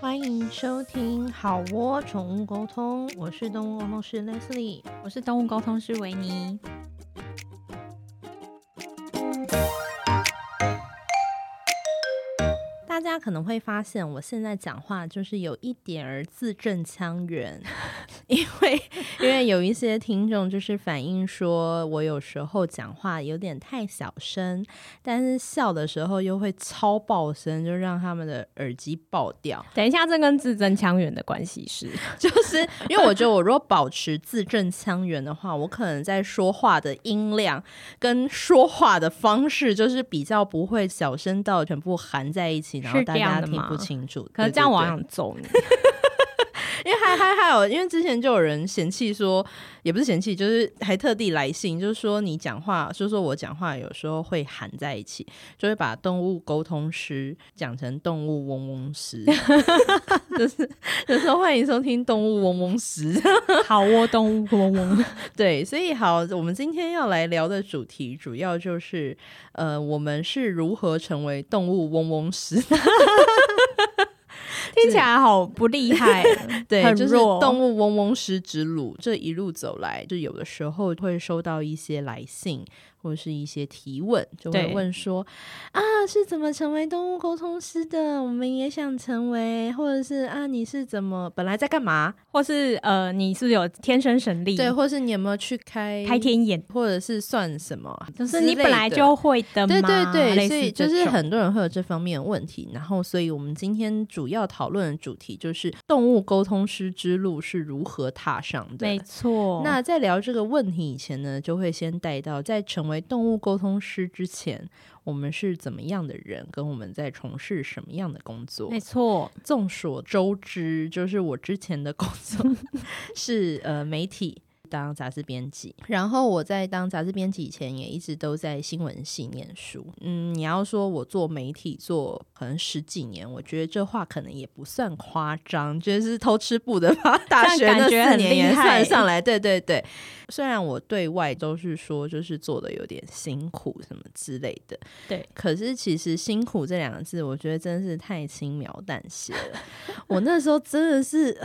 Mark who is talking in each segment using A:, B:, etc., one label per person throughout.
A: 欢迎收听好窝宠物沟通，我是动物沟通师 Leslie。
B: 我是动物沟通师维尼。
A: 大家可能会发现，我现在讲话就是有一点儿字正腔圆， 因为因为有一些听众就是反映说我有时候讲话有点太小声，但是笑的时候又会超爆声，就让他们的耳机爆掉。
B: 等一下，这跟字正腔圆的关系 是？
A: 就是因为我觉得我如果保持字正腔圆的话，我可能在说话的音量跟说话的方式，就是比较不会小声到全部含在一起，然后
B: 是
A: 大
B: 这样
A: 家
B: 的
A: 听
B: 吗
A: 不清楚。
B: 可是
A: 对
B: 这样
A: 对
B: 我好
A: 对
B: 想揍你。
A: 因为还还还有，因为之前就有人嫌弃说，也不是嫌弃，就是还特地来信，就是说你讲话，就是说我讲话有时候会含在一起，就会把动物沟通师讲成动物嗡嗡 师， 就是有时候欢迎收听动物嗡嗡师。
B: 好窝动物 嗡嗡，
A: 对，所以好，我们今天要来聊的主题主要就是，呃，我们是如何成为动物嗡嗡师？
B: 听起来好不厉害。
A: 对，
B: 很
A: 就是
B: 弱
A: 动物嗡嗡师之路。这一路走来，就有的时候会收到一些来信或是一些提问，就会
B: 对
A: 问说啊，是怎么成为动物沟通师的？我们也想成为，或者是啊，你是怎么本来在干嘛？
B: 或是呃，你是不是有天生神力？
A: 对，，或是你有没有去开
B: 开？天眼，
A: 或者是算什么？
B: 就是
A: 之
B: 你本
A: 类
B: 来
A: 的
B: 就会的嘛。
A: 对对对，
B: 类
A: 所
B: 似
A: 以就
B: 这
A: 是
B: 种
A: 很多人会有这方面的问题，然后所以我们今天主要讨论的主题就是动物沟通师之路是如何踏上的
B: 没。错。
A: 那在聊这个问题以前呢，就会先带到在成为动物沟通师之前，我们是怎么样的人，跟我们在从事什么样的工作
B: 没。错，
A: 众所周知，就是我之前的工 作是呃媒体。当杂志编辑，然后我在当杂志编辑以前，也一直都在新闻系念书。嗯，你要说我做媒体做可能十几年，我觉得这话可能也不算夸张，就是偷吃布的吧。大学那
B: 感觉
A: 四
B: 很
A: 年也
B: 厉害
A: 算上来，对对对。虽然我对外都是说，就是做的有点辛苦什么之类的，
B: 对。
A: 可是其实“辛苦”这两个字，我觉得真是太轻描淡写了。我那时候真的是，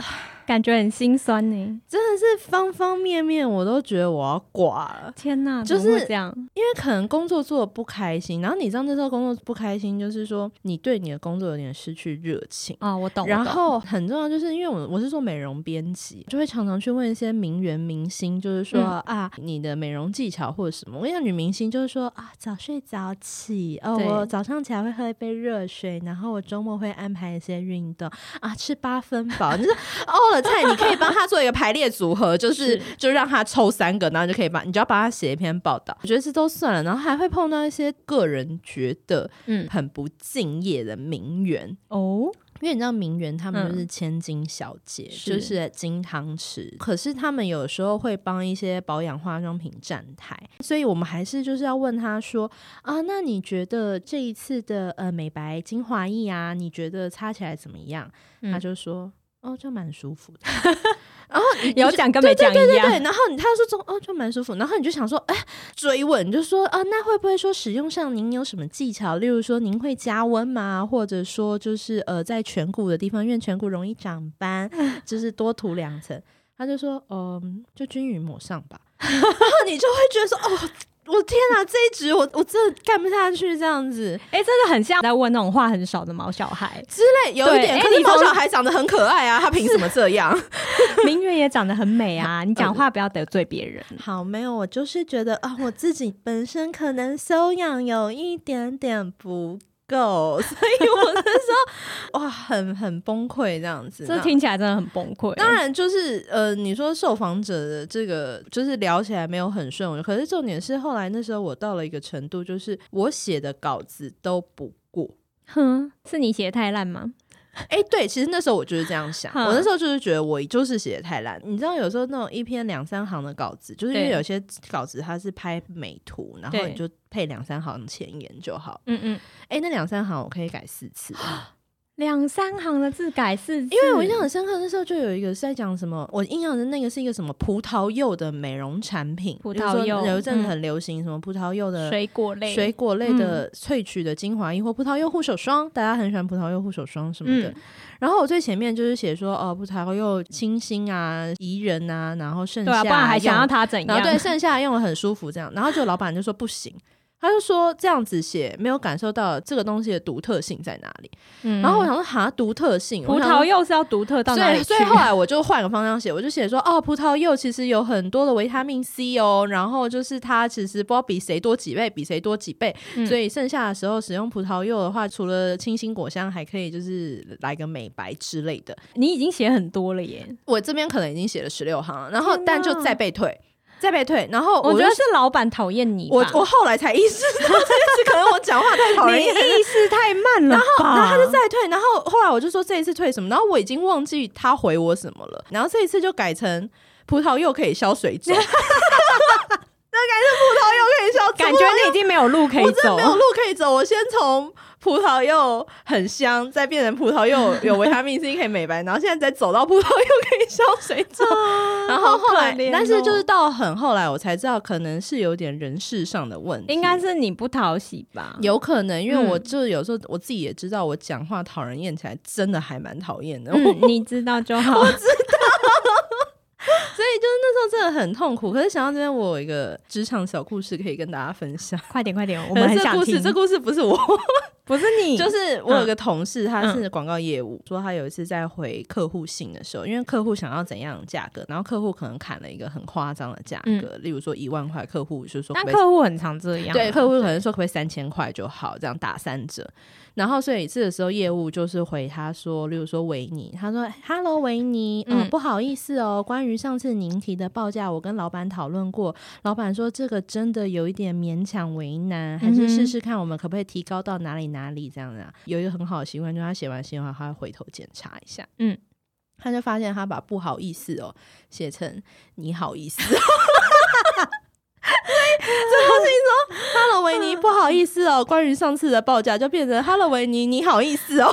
B: 感觉很心酸呢。
A: 真的是方方面面，我都觉得我要挂了。
B: 天哪，
A: 就
B: 怎么会
A: 是
B: 这样。
A: 因为可能工作做的不开心，然后你知道那时候工作不开心，就是说你对你的工作有点失去热情。
B: 哦，我懂。我
A: 然
B: 懂
A: 后很重要，就是因为我我是做美容编辑，就会常常去问一些名媛明星，就是说、
B: 嗯
A: 啊，你的美容技巧或者什么。我想女明星就是说啊，早睡早起哦，
B: 对
A: 我早上起来会喝一杯热水，然后我周末会安排一些运动啊，吃八分 饱。就是哦了菜，你可以帮他做一个排列组合，就是
B: 是
A: 就让他抽三个，然后就可以把你就要帮他写一篇报道。我觉得这都算了，然后还会碰到一些个人觉得
B: 嗯
A: 很不敬业的名媛。
B: 哦，
A: 因为你知道名媛他们
B: 嗯
A: 就是千金小姐，
B: 是
A: 就是金汤匙。可是他们有时候会帮一些保养化妆品站台，所以我们还是就是要问他说啊，那你觉得这一次的呃美白精华液啊，你觉得擦起来怎么样？
B: 嗯
A: 他就说哦，就蛮舒服的。
B: 有讲跟没讲一样。
A: 对，然后你他就说哦，就蛮舒服，然后你就想说，哎、追问，你就说啊，那会不会说使用上您有什么技巧？例如说您会加温吗？或者说就是呃，在颧骨的地方，因为颧骨容易长斑，就是多涂两层。他就说，嗯、就均匀抹上吧。然后你就会觉得说，哦。我天哪，这一局我我真的干不下去，这样子
B: 哎、真的很像在问那种话很少的毛小孩。
A: 之类有一
B: 对
A: 点。
B: 哎
A: 可是
B: 你
A: 毛
B: 从
A: 小孩长得很可爱啊，他凭什么这样？
B: 明月也长得很 美啊，你讲话不要得罪别人。
A: 好，没有，我就是觉得啊，我自己本身可能修养有一点点不够， 所以我那时候哇，很很崩溃这样子。
B: 这
A: 那
B: 听起来真的很崩溃。
A: 当然就是呃，你说受访者的这个就是聊起来没有很顺，可是重点是后来那时候我到了一个程度，就是我写的稿子都不过。
B: 哼，是你写得太烂吗？
A: 哎、对，其实那时候我就是这样想，
B: 哼
A: 我那时候就是觉得我就是写的太烂。你知道，有时候那种一篇两三行的稿子，就是因为
B: 对
A: 有些稿子它是拍美图，然后
B: 对
A: 你就配两三行前言就好。
B: 嗯嗯，啊
A: 哎、那两三行我可以改四次，
B: 两三行的字改四字，
A: 因为我印象很深刻，那时候就有一个是在讲什么，我印象中那个是一个什么葡萄柚的美容产品，
B: 葡
A: 就是
B: 萄
A: 说
B: 柚
A: 有一阵子
B: 嗯
A: 很流行什么葡萄柚的
B: 水果类嗯
A: 水果类的萃取的精华液或葡萄柚护手霜，大家很喜欢葡萄柚护手霜什么的。
B: 嗯
A: 然后我最前面就是写说，哦、葡萄柚清新啊、宜人啊，然后剩
B: 对
A: 下、
B: 啊，不然还想要它怎
A: 然后
B: 样？
A: 对，剩下用的很舒服这样，然后就老板就说不行。他就说这样子写没有感受到这个东西的独特性在哪里，
B: 嗯
A: 然后我想说哈独特性，
B: 葡
A: 我想说
B: 萄柚是要独特到哪
A: 所
B: 里
A: 以，
B: 去？
A: 所以后来我就换个方向写，我就写说，哦，葡萄柚其实有很多的维他命 C 哦，然后就是它其实不知道比谁多几倍，比谁多几倍，
B: 嗯
A: 所以剩下的时候使用葡萄柚的话，除了清新果香，还可以就是来个美白之类的。
B: 你已经写很多了耶。
A: 我这边可能已经写了十六行了，然后
B: 天哪
A: 但就再被退，再被退，然后
B: 我
A: 就
B: 觉得是老板讨厌你吧，
A: 我我后来才意识到这件事，可能我讲话太讨人
B: 你
A: 厌了。
B: 意识太慢了吧？
A: 然后他就再退，然后后来我就说这一次退什么，然后我已经忘记他回我什么了，然后这一次就改成葡萄柚可以消水肿，那改 成葡萄柚可以消，
B: 感觉你已经没有路可以
A: 我真的
B: 走
A: 没，有路可以走，我先从葡萄柚很香，再变成葡萄柚有维他命 C 可以美白，然后现在再走到葡萄柚可以消水 肿，然后后来
B: 好可怜哦，
A: 但是就是到很后来我才知道，可能是有点人事上的问题，
B: 应该是你不讨喜吧？
A: 有可能，因为
B: 嗯
A: 我就有时候我自己也知道，我讲话讨人厌起来真的还蛮讨厌的，所以
B: 嗯，你知道就好。
A: 就是那时候真的很痛苦。可是想到这边，我有一个职场小故事可以跟大家分享。
B: 快点，快点，我
A: 我
B: 们 很
A: 这
B: 想
A: 故事，
B: 听。
A: 这故事不是我，
B: 不是你，
A: 就是我有个同事，他是广告业务，说他有一次在回客户信的时候，因为客户想要怎样的价格，然后客户可能砍了一个很夸张的价格，例如说一万嗯块，客户就说可
B: 但
A: 不可以
B: 客户很常这样啊。
A: 对，客户可能说可不可以三千块就好，这样打三折。然后所以一次的时候，业务就是回他说，例如说维尼，他说：“Hello，维尼，嗯、
B: 嗯
A: 不好意思哦，关于上次您提的报价，我跟老板讨论过，老板说这个真的有一点勉强为难，还是
B: 嗯哼
A: 试试看我们可不可以提高到哪里哪里这样的、啊。有一个很好的习惯，就是他写完信的话，他会回头检查一下，
B: 嗯。”
A: 他就发现他把不好意思哦写成你好意 思，Hello 维尼，不好意思哦，关于上次的报价就变成 Hello 维尼，你好意 思哦，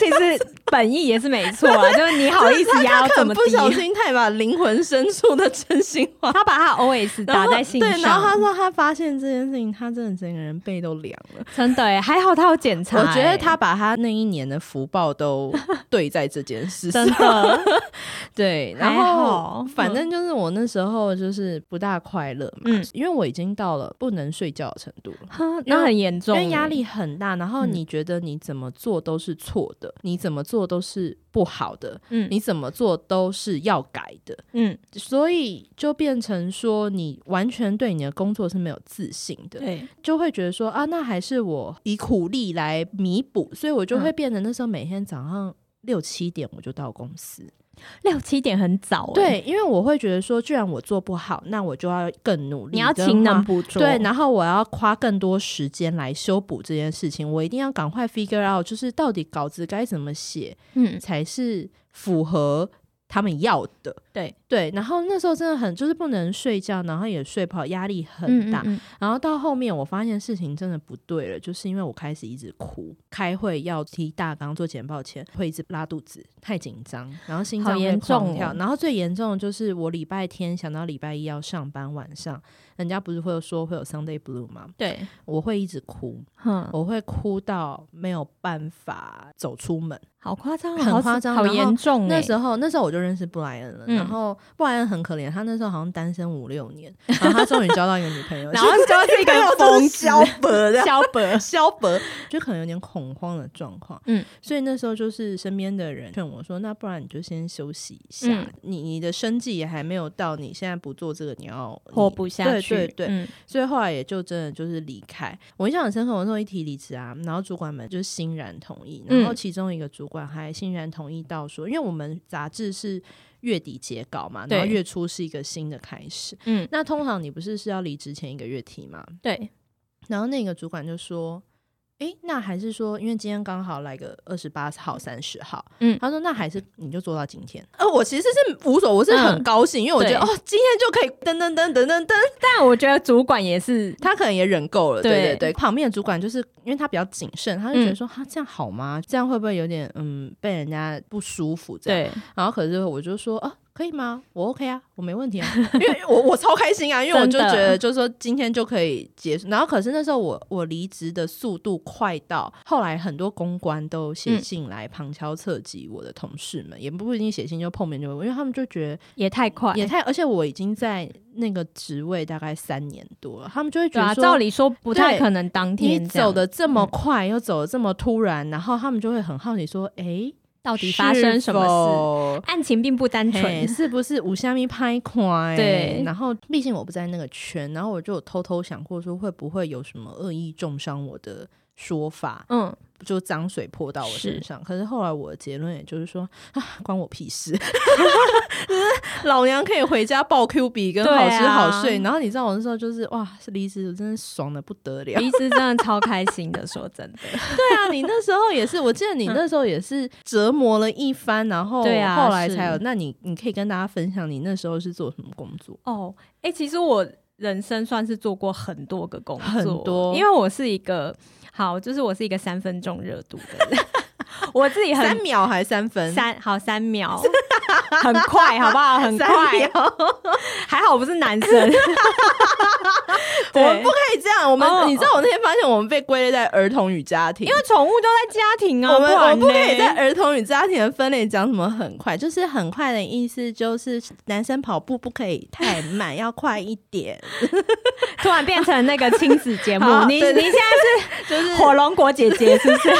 B: 但其实本意也是没错 啊，就是你好意思压到这
A: 很
B: 么
A: 不小
B: 低，
A: 心太把灵魂深处的真心话
B: 他把他 OS 打在心
A: 对，然后他
B: 上。
A: 说他发现这件事情，他真的整个人背都凉了。
B: 真的耶，还好他有检查欸
A: 我
B: 耶。
A: 觉得他把他那一年的福报 都对在这件事
B: 真
A: 上，
B: 的，
A: 对，然
B: 还
A: 后
B: 好
A: 反正就是我那时候就是不大快乐嘛，
B: 嗯
A: 因为我已经到了不能睡觉的程度了。
B: 哈那很严重欸
A: 因
B: 耶，
A: 为压力很大，然后
B: 嗯
A: 你觉得你怎么做都是错的，你怎么做都是不好的，
B: 嗯，
A: 你怎么做都是要改的，
B: 嗯，
A: 所以就变成说你完全对你的工作是没有自信的，
B: 对，
A: 就会觉得说啊，那还是我以苦力来弥补，所以我
B: 嗯
A: 就会变成那时候每天早上。六七点我就到公司，
B: 六七点很早，，欸
A: 对，因为我会觉得说，既然我做不好，那我就要更努力，
B: 你要
A: 跟
B: 勤
A: 花
B: 能补拙，
A: 对，然后我要花更多时间来修补这件事情，我一定要赶快 figure out，就是到底稿子该怎么写
B: 嗯，
A: 才是符合他们要的。
B: 对
A: 对，然后那时候真的很就是不能睡觉，然后也睡不好，压力很
B: 嗯
A: 大。
B: 嗯嗯
A: 然后到后面我发现事情真的不对了，就是因为我开始一直哭，开会要提大纲做简报前会一直拉肚子，太紧张，然后心
B: 好
A: 脏会
B: 严
A: 狂
B: 重
A: 跳。
B: 哦
A: 然后最严重的就是我礼拜天想到礼拜一要上班，晚上人家不是会有说会有 Sunday Blue 吗？
B: 对，
A: 我会一直哭，
B: 哼，
A: 我会哭到没有办法走出门。
B: 好夸张哦，
A: 很
B: 好
A: 夸张
B: 好
A: 然后
B: 严重欸耶。
A: 那时候，那时候我就认识布莱恩了。
B: 嗯
A: 然后布莱恩很可怜，他那时候好像单身五六年，然后他终于交到一个女朋友，
B: 然后就是一个
A: 疯
B: 疯
A: 消
B: 子
A: 伯 的
B: 肖伯，
A: 消伯， 就可能有点恐慌的状况。
B: 嗯，
A: 所以那时候就是身边的人劝我说：“那不然你就先休息一下，
B: 嗯
A: 你你的生计也还没有到，你现在不做这个，你要
B: 活
A: 你
B: 不下去，
A: 对对对，
B: 嗯
A: 所以后来也就真的就是离开。我印象很深刻，我那时候一提离职啊，然后主管们就欣然同意，
B: 嗯
A: 然后其中一个主管还欣然同意到说，因为我们杂志是月底结稿嘛，
B: 对
A: 然后月初是一个新的开始。
B: 嗯，
A: 那通常你不是是要离职前一个月提吗？
B: 对，
A: 然后那个主管就说：“诶，那还是说，因为今天刚好来个二十八号、三十号，
B: 嗯
A: 他说那还是你就做到今天。呃，我其实是无所，我是很
B: 嗯
A: 高兴，因为我觉得
B: 对
A: 哦，今天就可以噔噔噔噔噔噔，
B: 但我觉得主管也是，
A: 他可能也忍够了。对对
B: 对
A: 对，旁边的主管就是因为他比较谨慎，他就觉得
B: 嗯
A: 说，哈、这样好吗？这样会不会有点嗯被人家不舒服这样？
B: 对，
A: 然后可是我就说啊，可以吗？我 OK 啊，我没问题啊， 因为我我超开心啊，因为我就
B: 真的
A: 觉得就是说今天就可以结束。然后可是那时候我我离职的速度快到，后来很多公关都写
B: 嗯
A: 信来旁敲侧击我的同事们，也不一定写信就碰面就问，因为他们就觉得
B: 也太快，
A: 也太，而且我已经在那个职位大概三年多了，他们就会觉
B: 对啊，
A: 得说。
B: 照理说不太
A: 对
B: 可能当
A: 你
B: 天这样嗯
A: 走的这么快，又走的这么突然，然后他们就会很好奇说：“哎、
B: 到底发生什么
A: 么
B: 事？嗯案情并不单
A: 嘿
B: 纯，
A: 是不是五虾米拍款？
B: 对
A: 然后毕竟我不在那个圈，然后我就有偷偷想过说，会不会有什么恶意重伤我的说法，
B: 嗯，
A: 就脏水泼到我身
B: 是
A: 上。可是后来我的结论也就是说，啊，关我屁事， 老娘可以回家爆 Q 比跟
B: 对
A: 好
B: 啊
A: 吃好睡。然后你知道我那时候就是哇，是离职，我真的爽的不得了。
B: 离职真的超开心的，说真的，
A: 对啊，你那时候也 是，我记得你那时候也是折磨了一番，然后
B: 对啊
A: 后来
B: 是
A: 才有。那你你可以跟大家分享你那时候是做什么工作？
B: 哦，哎、其实我人生算是做过很多个工作，
A: 很多
B: 因为我是一个好，就是我是一个三分钟热度的 人，我自己
A: 三
B: 很
A: 秒还三分？
B: 三好三秒， 很快，好不好？很
A: 三
B: 快，
A: 秒，
B: 还好我不是男 生，
A: 我
B: 对
A: 们不可以这 样。我们、
B: 哦
A: 你知道，我那天发现我们被归类在儿童与家庭，
B: 因为宠物都在家庭啊，
A: 我们
B: 不
A: 我
B: 然
A: 们不可以
B: 呢
A: 在儿童与家庭的分类讲什么很快，就是很快的意思，就是男生跑步不可以太慢，要快一点，
B: 突然变成那个亲子节 目
A: 好，
B: 你
A: 对
B: 你
A: 对
B: 现在
A: 就是
B: 是火龙果姐姐是不是？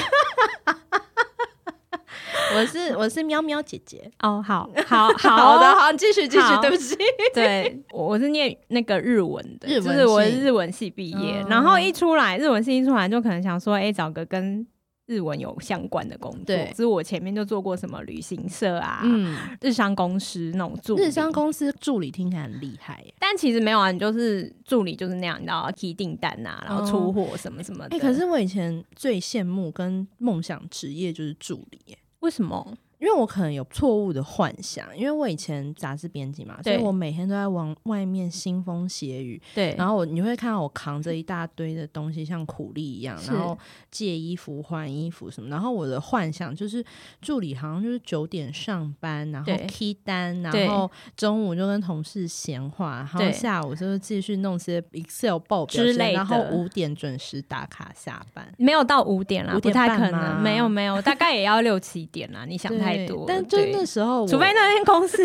A: 我是我是喵喵姐姐。
B: 哦，好好
A: 好
B: 好
A: 的，好，你继续继续，
B: 好
A: 对不起。
B: 对，我我是念那个日文的，
A: 日文
B: 就是我
A: 系
B: 是日文系毕业，
A: 哦
B: 然后一出来日文系一出来就可能想说，哎、找个跟日文有相关的工作。
A: 对
B: 就是我前面就做过什么旅行社啊、
A: 嗯，
B: 日商公司那种助理
A: 日商。公司助理听起来很厉害耶。
B: 但其实没有啊，你就是助理就是那样，你知道提订单啊，然后出货什么什么的。
A: 哦哎、可是我以前最羡慕跟梦想职业就是助理耶。
B: 为什么？
A: 因为我可能有错误的幻想，因为我以前杂志编辑嘛，所
B: 对
A: 以我每天都在往外面腥风血雨。
B: 对，
A: 然后我你会看到我扛着一大堆的东西，像苦力一样，
B: 是
A: 然后借衣服、换衣服什么。然后我的幻想就是助理好像就是九点上班，然后
B: 对
A: key 单，
B: 对
A: 然后中午就跟同事闲话，然后
B: 对
A: 下午就是继续弄些 Excel 报表
B: 之类的
A: 然后五点准时打卡下班。
B: 没有到五点啦，
A: 5点
B: 不太
A: 半
B: 可
A: 吗
B: 能，没有没有，大概也要六七点 啦。你想太
A: 对
B: 多了，
A: 但就
B: 对
A: 那时候我，
B: 除非那间公 司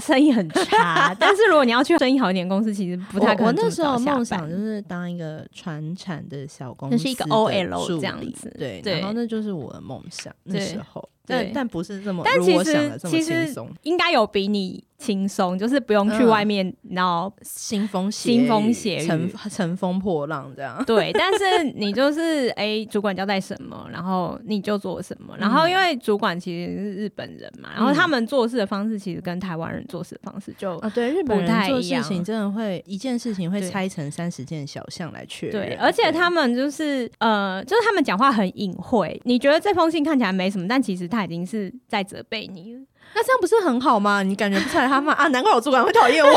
B: 生意很差，但是如果你要去生意好一点的公司，其实不太可
A: 我我
B: 能
A: 那时候
B: 这么早下班
A: 梦想就是当一个传产的小公司，
B: 那是一个 OL 这样子
A: 对，
B: 对
A: 然后那就是我的梦想那时候，
B: 对
A: 但
B: 对
A: 但不是这么，
B: 但
A: 如我
B: 其实
A: 想的这么
B: 其实
A: 轻松，
B: 应该有比你轻松，就是不用去
A: 嗯
B: 外面，然后
A: 腥风血雨
B: 腥风血雨
A: 乘 乘风破浪这 样，
B: 对，但是你就是哎、主管交代什么，然后你就做什
A: 嗯
B: 么。然后因为主管其实是日本人嘛，然后他们做事的方式其实跟台湾人做事的方式就
A: 啊，对，日本
B: 不
A: 人
B: 太
A: 做
B: 一
A: 事
B: 样
A: 情真的会一件事情会
B: 对
A: 拆成三十件小项来确认，
B: 对，而且他们就是呃，就是他们讲话很隐晦。你觉得这封信看起来没什么，但其实他已经是在责备你了。
A: 那这样不是很好吗？你感觉不出来他骂啊？难怪我主管会讨 厌我，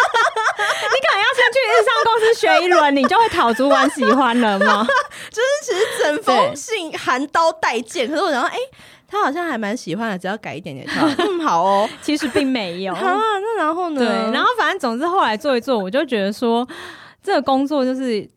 B: 你可啊能要先去日商公司学一轮，你就会讨主管喜欢了 吗？
A: 其实整封信含刀带剑，可是我想到，哎、他好像还蛮喜欢的，只要改一点点就好， 嗯，好哦。
B: 其实并没有。
A: 啊，那然后呢？
B: 对，然后反正总之后来做一做，我就觉得说这个工作就是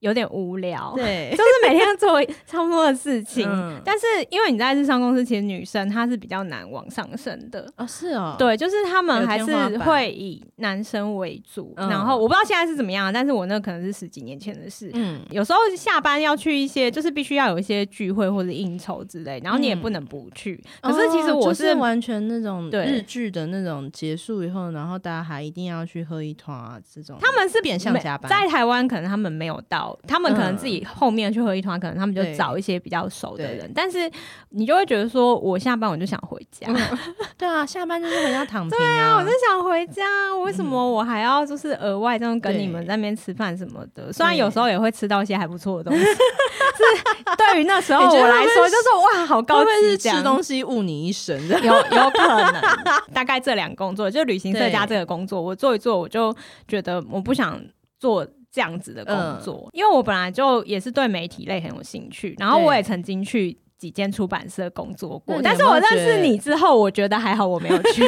B: 有点无聊，
A: 对，
B: 就是每天要做差不多的事情。
A: 嗯
B: 但是因为你在日商公司，其实女生她是比较难往上升的。
A: 哦，是哦，，
B: 对，就是他们
A: 有
B: 还
A: 天
B: 是
A: 花板
B: 会以男生为主，
A: 嗯
B: 然后我不知道现在是怎么样，啊但是我那可能是十几年前的事。
A: 嗯，
B: 有时候下班要去一些，就是必须要有一些聚会或者应酬之类，然后你也不能不去。可是其实
A: 嗯哦
B: 我
A: 就是完全那种
B: 对
A: 日剧的那种结束以后，然后大家还一定要去喝一团啊，这种
B: 他们是
A: 变相
B: 没
A: 加班嗯
B: 在台湾可能他们没有到找他们可能自己后面去合一团，啊可能他们就
A: 对
B: 找一些比较熟的
A: 对
B: 人，但是你就会觉得说，我下班我就想回家，
A: 对啊，下班就是回家躺平啊，
B: 我就想回家，啊为什么我还要就是额外这样跟
A: 嗯对
B: 你们在那边吃饭什么的？虽然有时候也会吃到一些还不错 的东西，是对于那时候
A: 你觉得
B: 我
A: 会不
B: 来
A: 会
B: 说，
A: 是
B: 就是哇，好
A: 会
B: 高
A: 不会
B: 级
A: 是
B: 这
A: 吃
B: 样。
A: 东西误你一生 的？
B: 有有 可能，大概这两个工作，就旅行社加
A: 对
B: 这个工作，我做一做，我就觉得我不想做这样子的
A: 嗯
B: 工作，因为我本来就也是对媒体类很有兴趣，然后
A: 对
B: 我也曾经去几间出版社工作
A: 那你
B: 过，但
A: 有
B: 是
A: 没
B: 我
A: 有
B: 认
A: 觉
B: 识
A: 得
B: 你之后，我觉得还好我没有去，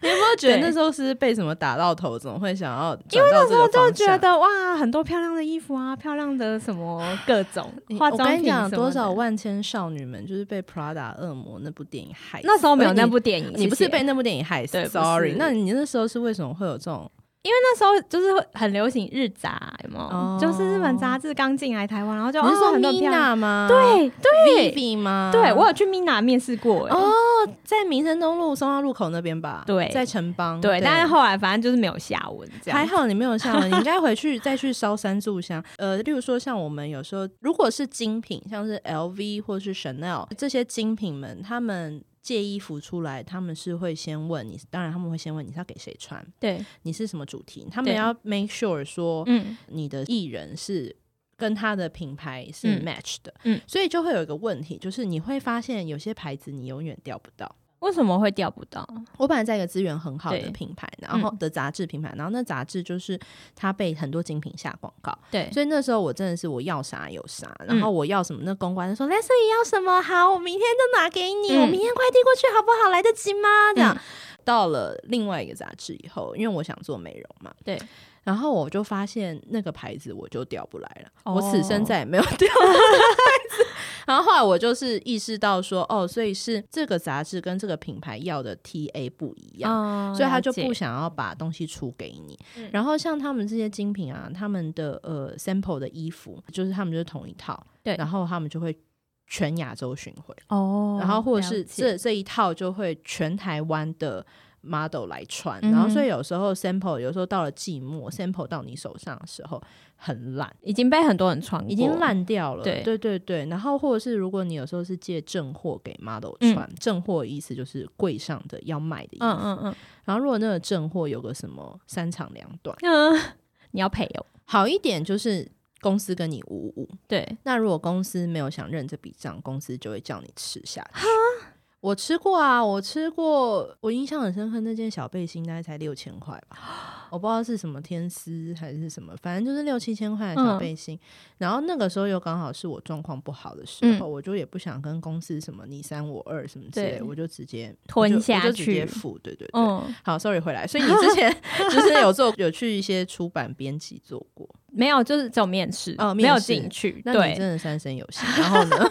A: 你有没有觉得
B: 对
A: 那时候是被什么打到头，怎么会想要？
B: 因为那时候就觉
A: 得。
B: 得哇，很多漂亮的衣服啊，漂亮的什么各种
A: 你
B: 化
A: 我
B: 妆
A: 跟你
B: 品
A: 讲，
B: 什
A: 多
B: 么
A: 少
B: 的？
A: 万千少女们就是被《Prada 恶魔》那部电影害死。
B: 那时候没有
A: 而且
B: 那
A: 你
B: 部电影，
A: 你不是
B: 谢谢
A: 被那部电影害死
B: 对不
A: ？Sorry，
B: 是
A: 那你那时候是为什么会有这种？
B: 那时候就是会很流行日杂，有没有？
A: 哦
B: 就是日本杂志刚进来台湾，然后就
A: 你是
B: 哦
A: 说
B: 很多漂亮，
A: Mina 吗？
B: 对对
A: ，Vivi 吗？
B: 对，我有去 Mina 面试过，哎
A: 哦，在民生东路松花路口那边吧？
B: 对
A: 在城邦。
B: 欸对，但是后来反正就是没有下文，这样
A: 还好你没有像我，你应该回去再去烧三炷香。呃，例如说像我们有时候，如果是精品，像是 LV 或是 Chanel 这些精品们，他们借衣服出来，他们是会先问你，当然他们会先问你是要给谁穿，
B: 对，
A: 你是什么主题，他们
B: 对
A: 要 make sure 说
B: 嗯，
A: 你的艺人是。跟他的品牌是
B: 嗯
A: match 的，
B: 嗯
A: 所以就会有一个问题，就是你会发现有些牌子你永远钓不到。
B: 为什么会钓不到？
A: 我本来在一个资源很好的
B: 对
A: 品牌，然后的杂志品牌，然后那杂志就是它被很多精品下广告，
B: 对，嗯
A: 所以那时候我真的是我要啥有啥，然后我要什么，那公关就说 Leslie 要什么好，我明天就拿给你，
B: 嗯
A: 我明天快递过去好不好？来得及吗？这样、到了另外一个杂志以后，因为我想做美容嘛，
B: 对。
A: 然后我就发现那个牌子我就调不来了，
B: 哦
A: 我此生再也没有 调过牌子。 然后后来我就是意识到说，哦，所以是这个杂志跟这个品牌要的 TA 不一样，
B: 哦
A: 所以他就
B: 了解
A: 不想要把东西出给你。
B: 嗯
A: 然后像他们这些精品啊，他们的呃 sample 的衣服，就是他们就是同一套，
B: 对
A: 然后他们就会全亚洲巡回，
B: 哦，
A: 然后或者
B: 了
A: 是
B: 解
A: 这这一套就会全台湾的。model 来穿，
B: 嗯哼
A: 然后所以有时候 sample 有时候到了季末，sample 到你手上的时候很烂，
B: 已经被很多人穿过，
A: 已经烂掉了。
B: 对
A: 对对对然后或者是如果你有时候是借正货给 model
B: 嗯
A: 穿，正货的意思就是柜上的要卖的衣服，
B: 嗯，嗯嗯
A: 然后如果那个正货有个什么三长两短，
B: 嗯嗯，你要赔哦，
A: 好一点就是公司跟你五五，
B: 对，
A: 那如果公司没有想认这笔账，公司就会叫你吃下去。我吃过啊，我吃过，我印象很深刻，那件小背心大概才六千块吧，我不知道是什么天丝还是什么，反正就是六七千块的
B: 嗯
A: 小背心。然后那个时候又刚好是我状况不好的
B: 嗯
A: 时候，我就也不想跟公司什么你三我二什么之类
B: 对
A: 的，我就直接
B: 吞
A: 我就
B: 下
A: 我就直接
B: 去
A: 付，对对对。
B: 嗯，
A: 好，sorry，回来。所以你之前 就是有做有去一些出版编辑做过，
B: 没有，就是只有面试，
A: 哦
B: 没有
A: 面试
B: 进去，
A: 那
B: 对
A: 你，真的三生有幸。然后呢？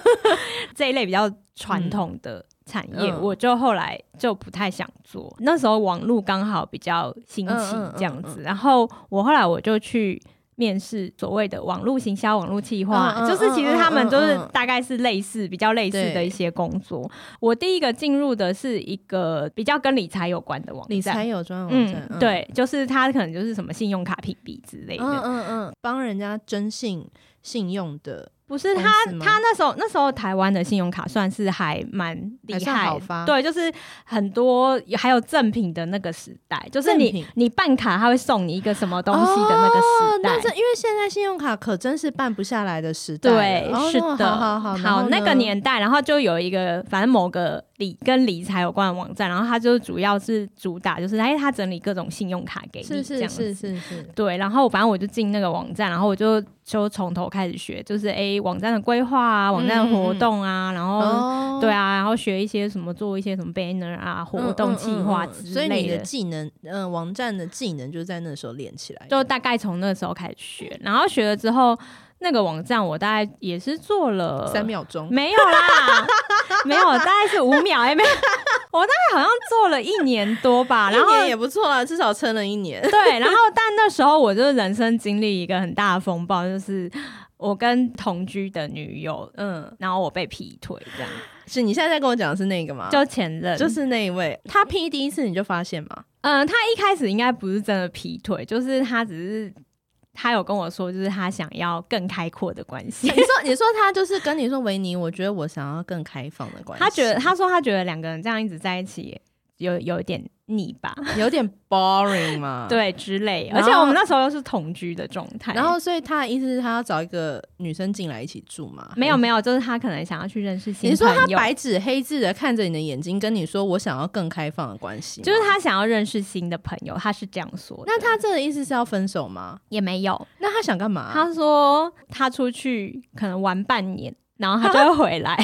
B: 这一类比较传统的产业，
A: 嗯
B: 我就后来就不太想做。那时候网络刚好比较兴起
A: 嗯嗯嗯
B: 这样子，
A: 嗯
B: 然后我后来我就去。面试所谓的网络行销、网络企划，
A: 嗯嗯
B: 就是其实他们
A: 嗯嗯
B: 都是
A: 嗯嗯
B: 大概是类似、比较类似的
A: 对
B: 一些工作。我第一个进入的是一个比较跟理财有关的网
A: 理
B: 站
A: 财，有专网站，
B: 嗯，，对，就是它可能就是什么信用卡评比之类的，
A: 嗯嗯嗯，帮人家征信信用的，
B: 不是
A: 公
B: 他
A: 司，吗
B: 他那时候那时候台湾的信用卡算是还蛮厉
A: 还算
B: 害
A: 好发
B: 对，就是很多还有赠品的那个时代，就是
A: 赠
B: 你
A: 品
B: 你办卡他会送你一个什么东西的那个
A: 哦
B: 时代。
A: 那这因为现在信用卡可真是办不下来的时代
B: 对，
A: 了，哦
B: 是的，
A: 好好好，
B: 那个年代，然后就有一个反正某个理跟理财有关的网站，然后它就主要是主打就是，哎，它整理各种信用卡给你，
A: 是
B: 这
A: 是
B: 样
A: 是
B: 子
A: 是是，
B: 对，然后反正我就进那个网站，然后我就就从头开始学，就是诶网站的规划啊，网
A: 嗯
B: 站的活动啊，然后、
A: 哦
B: 对。啊，然后学一些什么做一些什么 banner 啊、活动计划
A: 嗯嗯嗯嗯
B: 之
A: 所以
B: 类
A: 你
B: 的。
A: 的技能，嗯、网站的技能就是在那时候练起来的。
B: 就大概从那时候开始学，然后学了之后，那个网站我大概也是做了
A: 三，秒钟，
B: 没有啦， 没有，大概是五秒，哎、没有， 我大概好像做了一年多吧，然后
A: 一年也不错啦，至少撑了一年。
B: 对，然后但那时候我就是人生经历一个很大的风暴，就是我跟同居的女友，
A: 嗯，
B: 然后我被劈腿，这样
A: 是你现在在跟我讲的是那个吗？
B: 就前任，
A: 啊就
B: 就是
A: 是那一位，他劈第一次你就发现吗？
B: 嗯、他一开始应该不是真的劈腿，就是他只是。他有跟我说，就是他想要更开阔的关系
A: 你。说，你说他就是跟你说维尼，我觉得我想要更开放的关系。
B: 他觉得，他说他觉得两个人这样一直在一起，有有一点腻吧，
A: 有点 boring 嘛。。
B: 对之类。
A: 嗯然
B: 而
A: 后
B: 且我们那时候又是同居的状态，
A: 然后，所以他的意思是他要找一个女生进来一起住嘛？
B: 没有
A: 还
B: 没有，就是他可能想要去认识
A: 是，
B: 新
A: 你说
B: 朋
A: 他
B: 友，
A: 白纸黑字的看着你的眼睛，跟你说我想要更开放的关系吗，
B: 就是他想要认识新的朋友，他是这样说的。
A: 那他这个意思是要分手吗？
B: 也没有，
A: 那他想干嘛？
B: 他说他出去可能玩半年，然后他就会回来。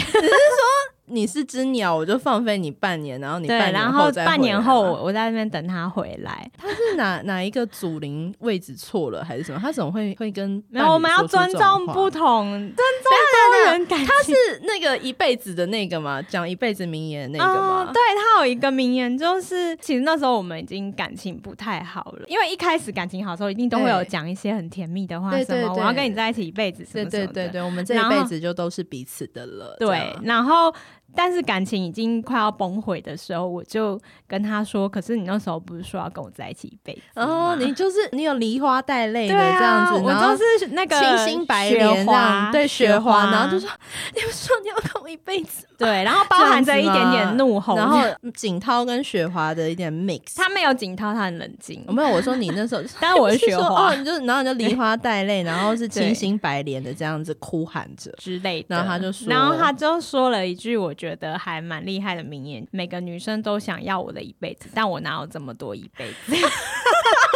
A: 你是只鸟，我就放飞你半年， 然后你
B: 对，
A: 半年
B: 然后
A: 再
B: 半年后
A: 回来吗
B: 我我在那边等他回来。
A: 他是哪哪一个祖灵位置错了还是什么？他怎么会会跟
B: 没有，我们要尊重不
A: 不？
B: 同，尊重啊个人感情。
A: 他是那个一辈子的那个吗？讲一辈子名言的那个
B: 哦
A: 吗？，
B: 对他有一个名言，就是其实那时候我们已经感情不太好了，因为一开始感情好的时候，一定都会有
A: 对
B: 讲一些很甜蜜的话，
A: 对
B: 什么
A: 对对
B: 我要跟你在一起一辈子，什么什
A: 对
B: 么
A: 对
B: 的
A: 对对，我们这
B: 然
A: 一
B: 后
A: 辈子就都是彼此的了。这
B: 对
A: 样，
B: 然后但是感情已经快要崩毁的时候，我就跟他说：“可是你那时候不是说要跟我在一起一辈子吗？”
A: 哦，你就是你有梨花带泪
B: 对
A: 的这样
B: 啊，
A: 子，
B: 我
A: 然后
B: 就是那个
A: 清新白
B: 雪
A: 莲这
B: 花
A: 样，对雪花，然后就
B: 说
A: 说 你们说你要跟我一辈子，
B: 对， 然后包含着一点点怒吼，
A: 然后景涛跟雪花的一点 mix，
B: 他没有警告，他很冷静
A: 我，没有，我说你那 时候就是，
B: 但我是
A: 是
B: 雪
A: 说
B: 花
A: 哦，你就然后你就梨花带 泪，然后是
B: 对
A: 清新白莲的这样子哭喊着。
B: 之类的，
A: 然后他就说
B: 然后他就说了一句我觉得还蛮厉害的名言：每个女生都想要我的一辈子，但我哪有这么多一辈子？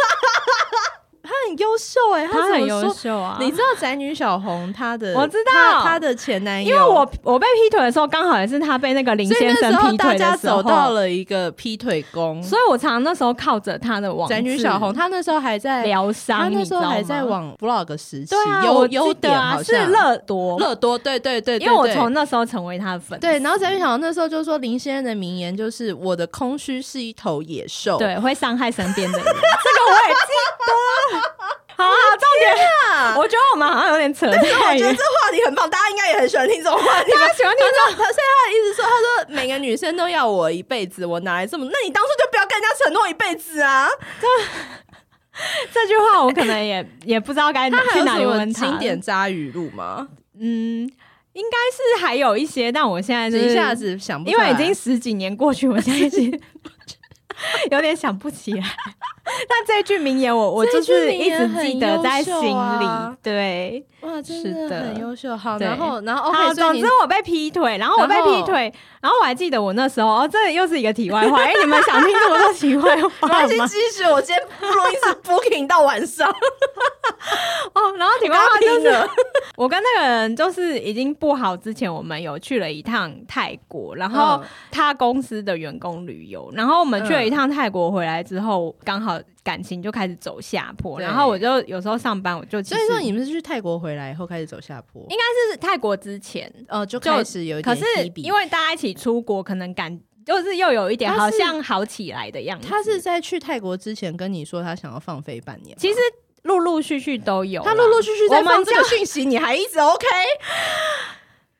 A: 他很优秀哎、
B: 他
A: 怎
B: 很
A: 么
B: 优
A: 说。
B: 秀啊！
A: 你知道宅女小红她的，
B: 我知道
A: 她她的前男友，
B: 因为我我被劈腿的时候，刚好也是他被那个林
A: 所以
B: 先
A: 那
B: 生
A: 时候
B: 劈
A: 大
B: 腿
A: 家
B: 的时候，
A: 走到了一个劈腿宫。
B: 所以我常常那时候靠着他的网
A: 宅女
B: 志
A: 小红她那时候还在，
B: 疗
A: 她
B: 伤，
A: 那
B: 你
A: 时
B: 知
A: 候
B: 道
A: 还
B: 吗
A: 在往 vlog 时期
B: 对，啊，
A: 优
B: 我记
A: 优
B: 得
A: 点
B: 啊
A: 好
B: 是
A: 像
B: 乐多，
A: 乐多，对对对对，
B: 因为我
A: 对
B: 从那时候成为他的粉丝，
A: 对，然后翟玉小那时候就说林先生的名言就是“我的空虚是一头野兽”，
B: 对会伤害身边 的人，这个我也记得。好啊，重点，
A: 啊，
B: 我觉得我们好像有点扯
A: 我
B: 太
A: 觉得
B: 远
A: 这。话题很棒，大家应该也很喜欢听这种话题吧。
B: 大家喜欢听
A: 他说，他所以他的意思说，他说每个女生都要我一辈子，我哪来这么？那你当初就不要跟人家承诺一辈子啊！
B: 这句话，我可能也也不知道 该
A: 他还
B: 去
A: 有
B: 哪里
A: 什么
B: 问他。
A: 经典，渣语录吗？
B: 嗯，应该是还有一些，但我现在就是
A: 一下子想不
B: 哎因
A: 出来，
B: 为已经十几年过去，我现在 已经有点想不起来。但这句名言我，我
A: 这
B: 就
A: 句
B: 是
A: 名
B: 一
A: 言
B: 直记得在
A: 很优
B: 心
A: 秀啊
B: 里。对，
A: 哇，真
B: 是
A: 的
B: 的
A: 很优秀。好，
B: 对
A: 然后然后
B: 好，
A: 哦 OK，所
B: 总
A: 以
B: 之
A: 你
B: 我被劈腿，然后我被
A: 然后
B: 劈腿，然后我还记得我那时候，哦，这又是一个题外话。哎，你们想听这么多题外话
A: 没
B: 吗
A: 关？系，即使我今天不容易是 booking 到晚上，
B: 哦，然后题外话
A: 刚
B: 就
A: 听
B: 是
A: 了，
B: 我跟那个人就是已经不好之前，我们有去了一趟泰国，然后
A: 嗯
B: 他公司的员工旅游，然后我们去了一趟泰国回来之后，刚好感情就开始走下坡，
A: 对
B: 然后我就有时候上班我就其
A: 所
B: 实
A: 以说你们是去泰国回来以后开始走下坡，
B: 应该是泰国之前，
A: 哦，就开始有一
B: 可
A: 点
B: 是
A: PB
B: 因为大家一起出国，可能感就是又有一点
A: 他
B: 好
A: 是
B: 像好起来的样子。
A: 他是在去泰国之前跟你说他想要放飞半年吗，
B: 其实陆陆续续都有啦，
A: 他陆陆续续在
B: 我们
A: 放这个讯息，你还一直 OK？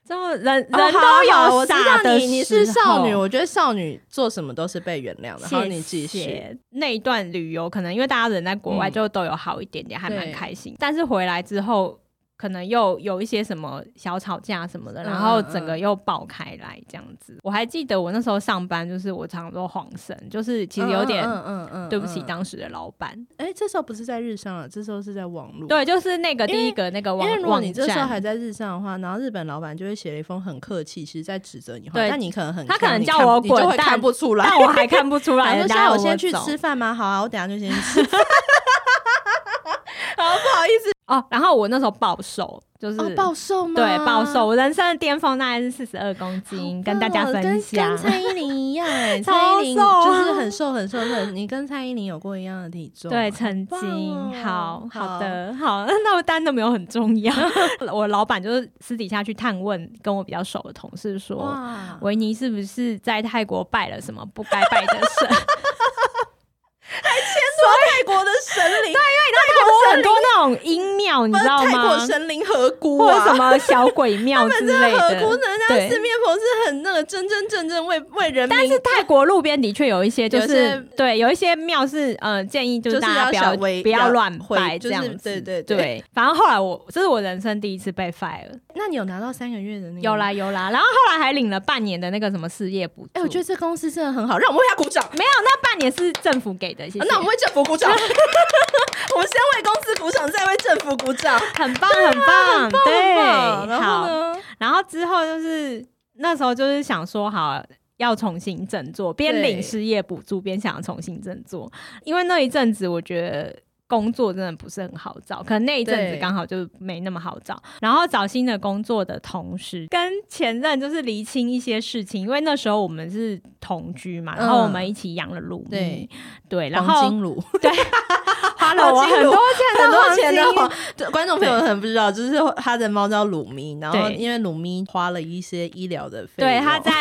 B: 之后人人
A: 哦好
B: 都
A: 好
B: 有
A: 我知
B: 傻
A: 道
B: 的
A: 你，你是
B: 时
A: 少
B: 候
A: 女，我觉得少女做什么都是被原谅的。好，
B: 谢
A: 你继续。
B: 谢那一段旅游，可能因为大家人在国外，
A: 嗯
B: 就都有好一点点，还蛮
A: 对
B: 开心。但是回来之后，可能又有一些什么小吵架什么的，
A: 嗯
B: 然后整个又爆开来这样子。我还记得我那时候上班，就是我常常都晃神，就是其实有点
A: 嗯嗯嗯
B: 对不起
A: 当
B: 当时的老板。
A: 哎，这时候不是在日上了，这时候是在网络。。
B: 对，就是那个
A: 因为
B: 第一个那个网
A: 因为如果你
B: 网
A: 这时候
B: 站。
A: 还在日上的话，然后日本老板就会写了一封很客气，其实在指责你话，
B: 对
A: 但你可能很
B: 他可能
A: 你
B: 叫
A: 看
B: 我
A: 你就会
B: 滚蛋
A: 看不出来。
B: 但我还看不出 来
A: 然后说：“
B: 了，
A: 现
B: 待
A: 在
B: 会
A: 我先去
B: 走
A: 吃饭吗？好啊，我等下就 先去吃饭。
B: 哦。然后我那时候暴瘦，就是、
A: 哦，暴瘦吗？
B: 对暴瘦，我人生的巅峰大概是四十二公斤，跟大家
A: 哦
B: 分享
A: 跟跟。蔡依林一样、欸，
B: 超
A: 蔡依林
B: 瘦啊
A: 就是很瘦很瘦的。你跟蔡依林有过一样的体重？
B: 对，，曾经、
A: 棒哦
B: 好好
A: 好
B: 的好， 那我单都没有很重要。 我老板就是私底下去探问跟我比较熟的同事说，
A: 哇，
B: 维尼是不是在泰国拜了什么不该拜的 神？
A: 说泰国的神灵，
B: 泰国很多那种阴庙庙，你
A: 不
B: 知
A: 是
B: 道
A: 泰国
B: 吗？
A: 神灵河谷
B: 或者
A: 啊
B: 什。么小鬼 庙之类
A: 河
B: 的
A: 谷，人家
B: 对
A: 四面佛是很那个真真正正为为人民，
B: 但是泰国路边的确有一些，就
A: 有些
B: 是对，有一些庙是呃建议就是
A: 就是
B: 大家
A: 要
B: 不
A: 小
B: 要
A: 微
B: 不要
A: 要
B: 乱
A: 回
B: 拜
A: 就
B: 这样
A: 是
B: 子，
A: 对对对嗯
B: 对。反正后来我这是我人生第一次被 fire，
A: 那你有拿到三个月的那个？
B: 有，啦有啦，然后后来还领了半年的那个什么事业补助。
A: 哎、我觉得这公司真的很好，让我们为他鼓掌。啊
B: 没有，那半年是政府给的，谢谢。
A: 哦那我们为政府鼓 掌， 我们先为公司鼓掌，再为政府鼓掌。
B: 很棒很棒，对，
A: 棒然后
B: 好，
A: 呢？
B: 然后之后就是那时候就是想说好。要重新振作，边领
A: 对
B: 失业补助边想要重新振作，因为那一阵子我觉得工作真的不是很好找，可能那一阵子
A: 对
B: 刚好就没那么好找。然后找新的工作的同时，跟前任就是厘清一些事情，因为那时候我们是同居嘛，然后我们一起养了乳蜜
A: 嗯对，
B: 对，然
A: 黄
B: 后
A: 金乳，
B: 花了我
A: 黄金
B: 很
A: 乳
B: 多钱的
A: 很多
B: 黄
A: 钱
B: 金
A: 哦。对观众朋友可能不知道，就是他的猫叫鲁咪，然后
B: 对
A: 因为鲁咪花了一些医疗的费用，
B: 对，他在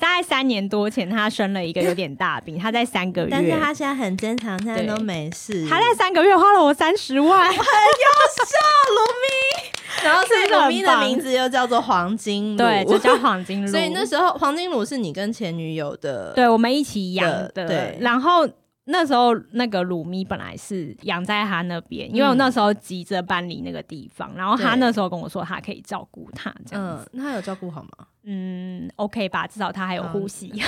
B: 大概三年多前，他生了一个有点大病，他在三个月，
A: 但是他现在很坚强，现在
B: 对
A: 都没事。
B: 他在三个月花了我三 十万，
A: 然后所以
B: 真的很
A: 鲁咪的
B: 棒
A: 名字又叫做黄金乳，
B: 对， 这叫黄金乳。
A: 所以那时候黄金乳是你跟前女友的，
B: 对我们一起养
A: 的
B: 的，
A: 对
B: 然后。那时候那个鲁咪本来是养在他那边，因为我
A: 嗯
B: 那时候急着搬离那个地方，然后他
A: 对
B: 那时候跟我说他可以照顾他这样
A: 嗯
B: 子，，
A: 那他有照顾好吗？
B: 嗯 o k 吧，至少他还有
A: 嗯
B: 呼吸，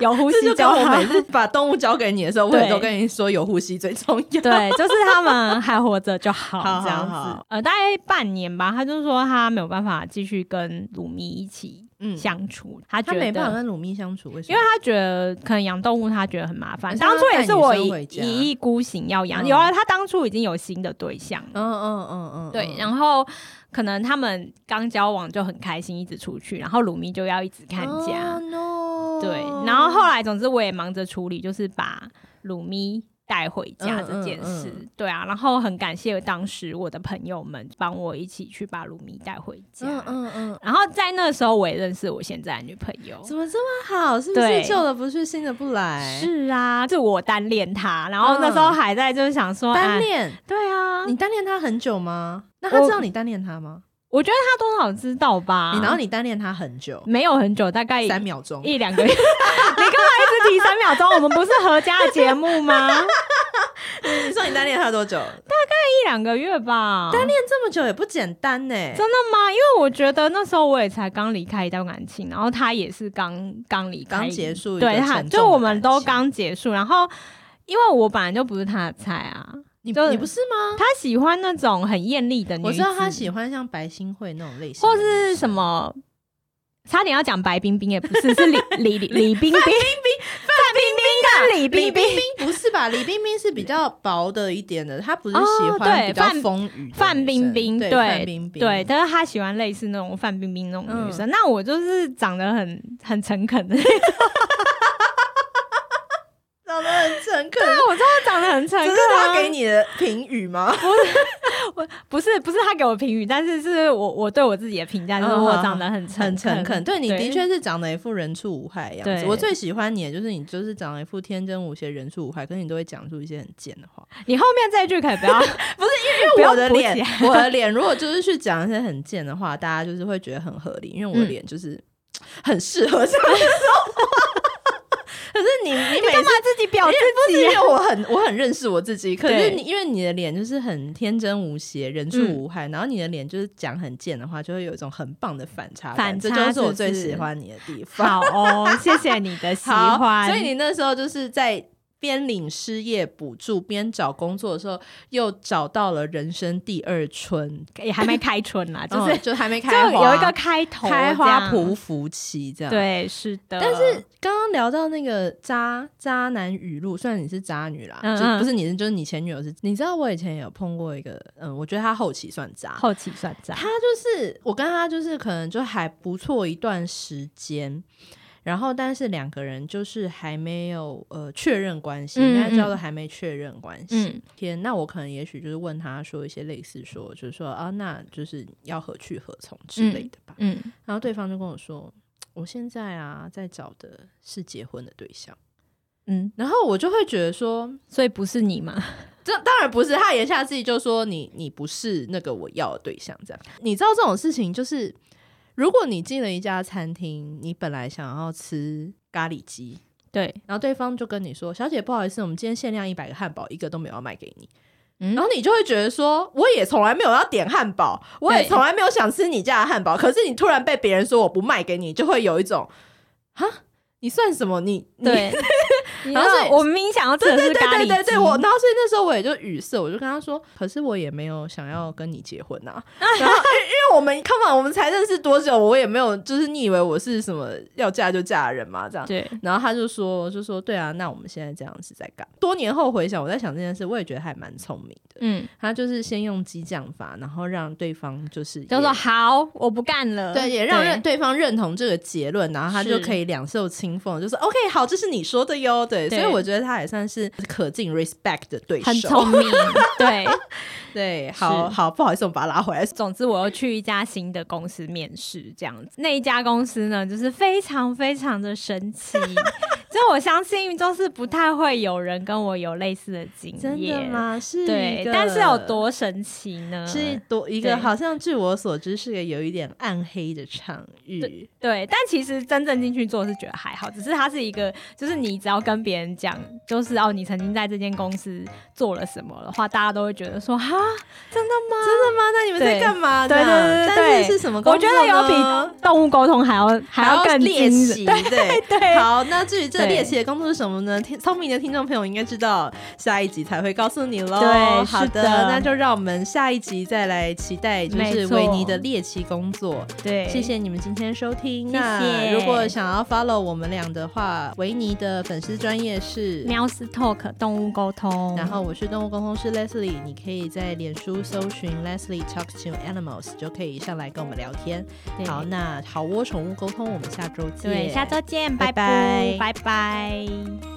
B: 有呼吸
A: 这就跟
B: 好
A: 我每次把动物交给你的 时候，我也
B: 对
A: 都跟你说有呼吸最重 要。
B: 对，就是他们还活着就好，
A: 好
B: 这样子。
A: 好好
B: 呃，大概半年吧，他就说他没有办法继续跟鲁咪一起
A: 嗯
B: 相处，他觉
A: 他
B: 得
A: 没办法跟鲁咪相处，为什
B: 因
A: 么
B: 为？他觉得可能养动物他觉得很麻
A: 而
B: 烦，
A: 且
B: 当初
A: 他
B: 也
A: 带
B: 是
A: 女
B: 我
A: 生
B: 一
A: 回家
B: 一意孤行要养，
A: 嗯
B: 有啊，他当初已经有新的对象了，
A: 嗯嗯嗯嗯，
B: 对，
A: 后
B: 然后可能他们刚交往就很开心，一直出去，然后鲁咪就要一直看家，
A: 哦 no，
B: 对，然后后来总之我也忙着处理，就是把鲁咪带回家
A: 嗯
B: 这件事，
A: 嗯
B: 对啊，然后很感谢当时我的朋友们帮我一起去把鲁咪带回家，
A: 嗯嗯嗯，
B: 然后在那时候我也认识我现在的女朋友。
A: 怎么这么好？是不
B: 对
A: 是旧的不去，新的不来？嗯
B: 是啊，是我单恋他，然后那时候还在就是想说，
A: 单
B: 哎
A: 恋，
B: 对啊，
A: 你单恋他很久吗？那他
B: 我
A: 知道你单恋他吗？
B: 我觉得他多少知道吧，
A: 你然后你单恋他很久，
B: 没有很久，大概
A: 三秒钟，
B: 一两个月。 你刚才一直提三秒钟，我们不是合家的节目吗？
A: 你说你单恋他多久？单
B: 一两个月吧。真
A: 恋这么久也不简单呢。
B: 的吗？因为我觉得那时候我也才刚离开一段感情，然后他也是刚刚离开
A: 刚结束一个
B: 对
A: 沉重的
B: 他
A: 感情，
B: 就我们都刚结束，然后因为我本来就不是他的菜啊，
A: 你
B: 就
A: 你不是吗？
B: 他喜欢那种很艳丽的女子，
A: 我知道他喜欢像白新慧那种类型的
B: 或
A: 女生，
B: 是什么，差点要讲白冰冰，也不是，是李 李李李冰冰，范冰冰跟
A: 李
B: 李冰
A: 冰啊
B: 冰。
A: 冰不是 吧？李冰冰是比较薄的一点的，她不是
B: 哦
A: 喜欢
B: 对
A: 比较
B: 范
A: 风雨的
B: 范
A: 女
B: 冰
A: 生
B: 冰，
A: 对
B: 对
A: 范冰冰
B: 对，但是他喜欢类似那种范冰冰那种女
A: 嗯
B: 生。那我就是长得很很诚恳的，那
A: 长得很诚恳。
B: 我真的长得很诚恳、
A: 只
B: 啊。
A: 是他给你的评语吗？
B: 不是不是他给我评语，但是是我我对我自己的评价就是
A: 嗯
B: 我
A: 好
B: 长得很诚
A: 很诚恳， 对你的
B: 对
A: 确是长得一副人畜无害的样子。
B: 对
A: 我最喜欢你的就是你就是长得一副天真无邪、人畜无害，可是你都会讲出一些很贱的话。
B: 你后面这一句可以 不要，不是因
A: 我的脸，我 的脸如果就是去讲一些很贱的话，大家就是会觉得很合理，因为我的
B: 嗯
A: 脸就是很适合这样说话。 可是你你
B: 你
A: 每
B: 干嘛自己表自
A: 不是
B: 己
A: 因
B: 啊？
A: 为我很我很认识我自己，可是
B: 对嗯
A: 你因为你的脸就是很天真无邪、人畜无害，然后你的脸就是讲很贱的话，就会有一种很棒的反差感，
B: 反
A: 这
B: 差
A: 就是我
B: 是不
A: 最
B: 是
A: 喜欢你的地方。
B: 好哦，谢谢你的喜
A: 好
B: 欢。
A: 所以你那时候就是在。边领失业补助边找工作的时候，又找到了人生第二春，
B: 也还没开春啦，就是、
A: 嗯就还没
B: 就
A: 开花，
B: 有一个开头，
A: 开花匍
B: 圃。
A: 匐期这样。，
B: 对，是的。
A: 但是刚刚聊到那个渣渣男语录，虽然你是渣女啦，
B: 嗯
A: 就
B: 嗯
A: 不是你是就是你前女友是，你知道我以前也有碰过一个，嗯，我觉得他后期算渣，
B: 后期算账，
A: 他就是我跟他就是可能就还不错一段时间，然后但是两个人就是还没有呃确认关系，
B: 嗯
A: 应该叫做
B: 嗯
A: 还没确认关系。
B: 嗯
A: 天，那我可能也许就是问他说一些类似说，就是说啊，那就是要何去何从之类的吧。
B: 嗯，
A: 然后对方就跟我说，我现在啊在找的是结婚的对象，
B: 嗯，
A: 然后我就会觉得说，
B: 所以不是你嘛？
A: 这当然不是，他言下之意就是说你你不是那个我要的对象，这样。你知道这种事情就是，如果你进了一家餐厅，你本来想要吃咖喱鸡，
B: 对，
A: 然后对方就跟你说：“小姐，不好意思，我们今天限量一百个汉堡，一个都没有要卖给你。”
B: 嗯
A: 然后你就会觉得说，我也从来没有要点汉堡，我也
B: 对
A: 从来没有想吃你家的汉堡，可是你突然被别人说我不卖给你，就会有一种，哈，你算什么？你你
B: 对，
A: 然
B: 然
A: 后
B: 后
A: 是
B: 我明明想要吃的是
A: 对
B: 咖喱
A: 对对
B: 鸡
A: 对，我然后所以那时候我也就语塞，我就跟他说，可是我也没有想要跟你结婚 呐、然后因为因为我们 come on，我们才认识多久，我也没有就是你以为我是什么要嫁就嫁的人嘛，这样。
B: 对
A: 然后他就说，就说对啊，那我们现在这样是在干嘛？多年后回想，我在想这件事，我也觉得还蛮聪明的。
B: 嗯，
A: 他就是先用激将法，然后让对方就是
B: 就说
A: 也
B: 好，我不干了，
A: 对，也让认对方认同这个结论，然后他就是可以两袖清风，就是 OK，好，这是你说的哟。对，
B: 对
A: 所以我觉得他也算是可敬 respect 的对
B: 很
A: 手。
B: 聪明， 对。
A: 对，好
B: 是
A: 好，不好意思，我们把他拉回来。
B: 总之，我又去一家新的公司面试，这样子。那一家公司呢，就是非常非常的神奇。就我相信，就是不太会有人跟我有类似的经
A: 真的
B: 验。
A: 吗？是
B: 对
A: 一，个
B: 但是有多神奇呢？
A: 是多一个，
B: 对
A: 好像据我所知是个有一点暗黑的场域。
B: 对，但其实真正进去做是觉得还好，只是它是一个，就是你只要跟别人讲，就是哦，你曾经在这间公司做了什么的话，大家都会觉得说哈，真的吗？
A: 真的吗？那你们在
B: 对
A: 干嘛呢？
B: 对对对对
A: 啊但
B: 对
A: 是是什么工
B: 我
A: 作
B: 觉
A: 呢？
B: 得有比动物沟通还要还要更
A: 练
B: 惊人
A: 习，对。
B: 对，
A: 好，那至于这
B: 对
A: 猎奇的工作是什么呢？听聪明的听众朋友应该知道，下一集才会告诉你喽。
B: 对
A: 好
B: 是
A: 的，
B: 的
A: 那就让我们下一集再来期待，就是
B: 没错
A: 维尼的猎奇工作。
B: 对，
A: 谢。谢你们今天收听。啊
B: 谢
A: 那
B: 谢
A: 如果想要 follow 我们俩的话，维尼的粉丝专业是。
B: 喵斯 Talk 动物沟通，
A: 然后我是动物沟通师 Leslie，你可以在脸书搜寻 Leslie Talks to Animals 就可以上来跟我们聊天。
B: 对
A: 好，那好窝宠物沟通，我们下周见。
B: 对，下周见，
A: 拜
B: 拜
A: 拜
B: 拜拜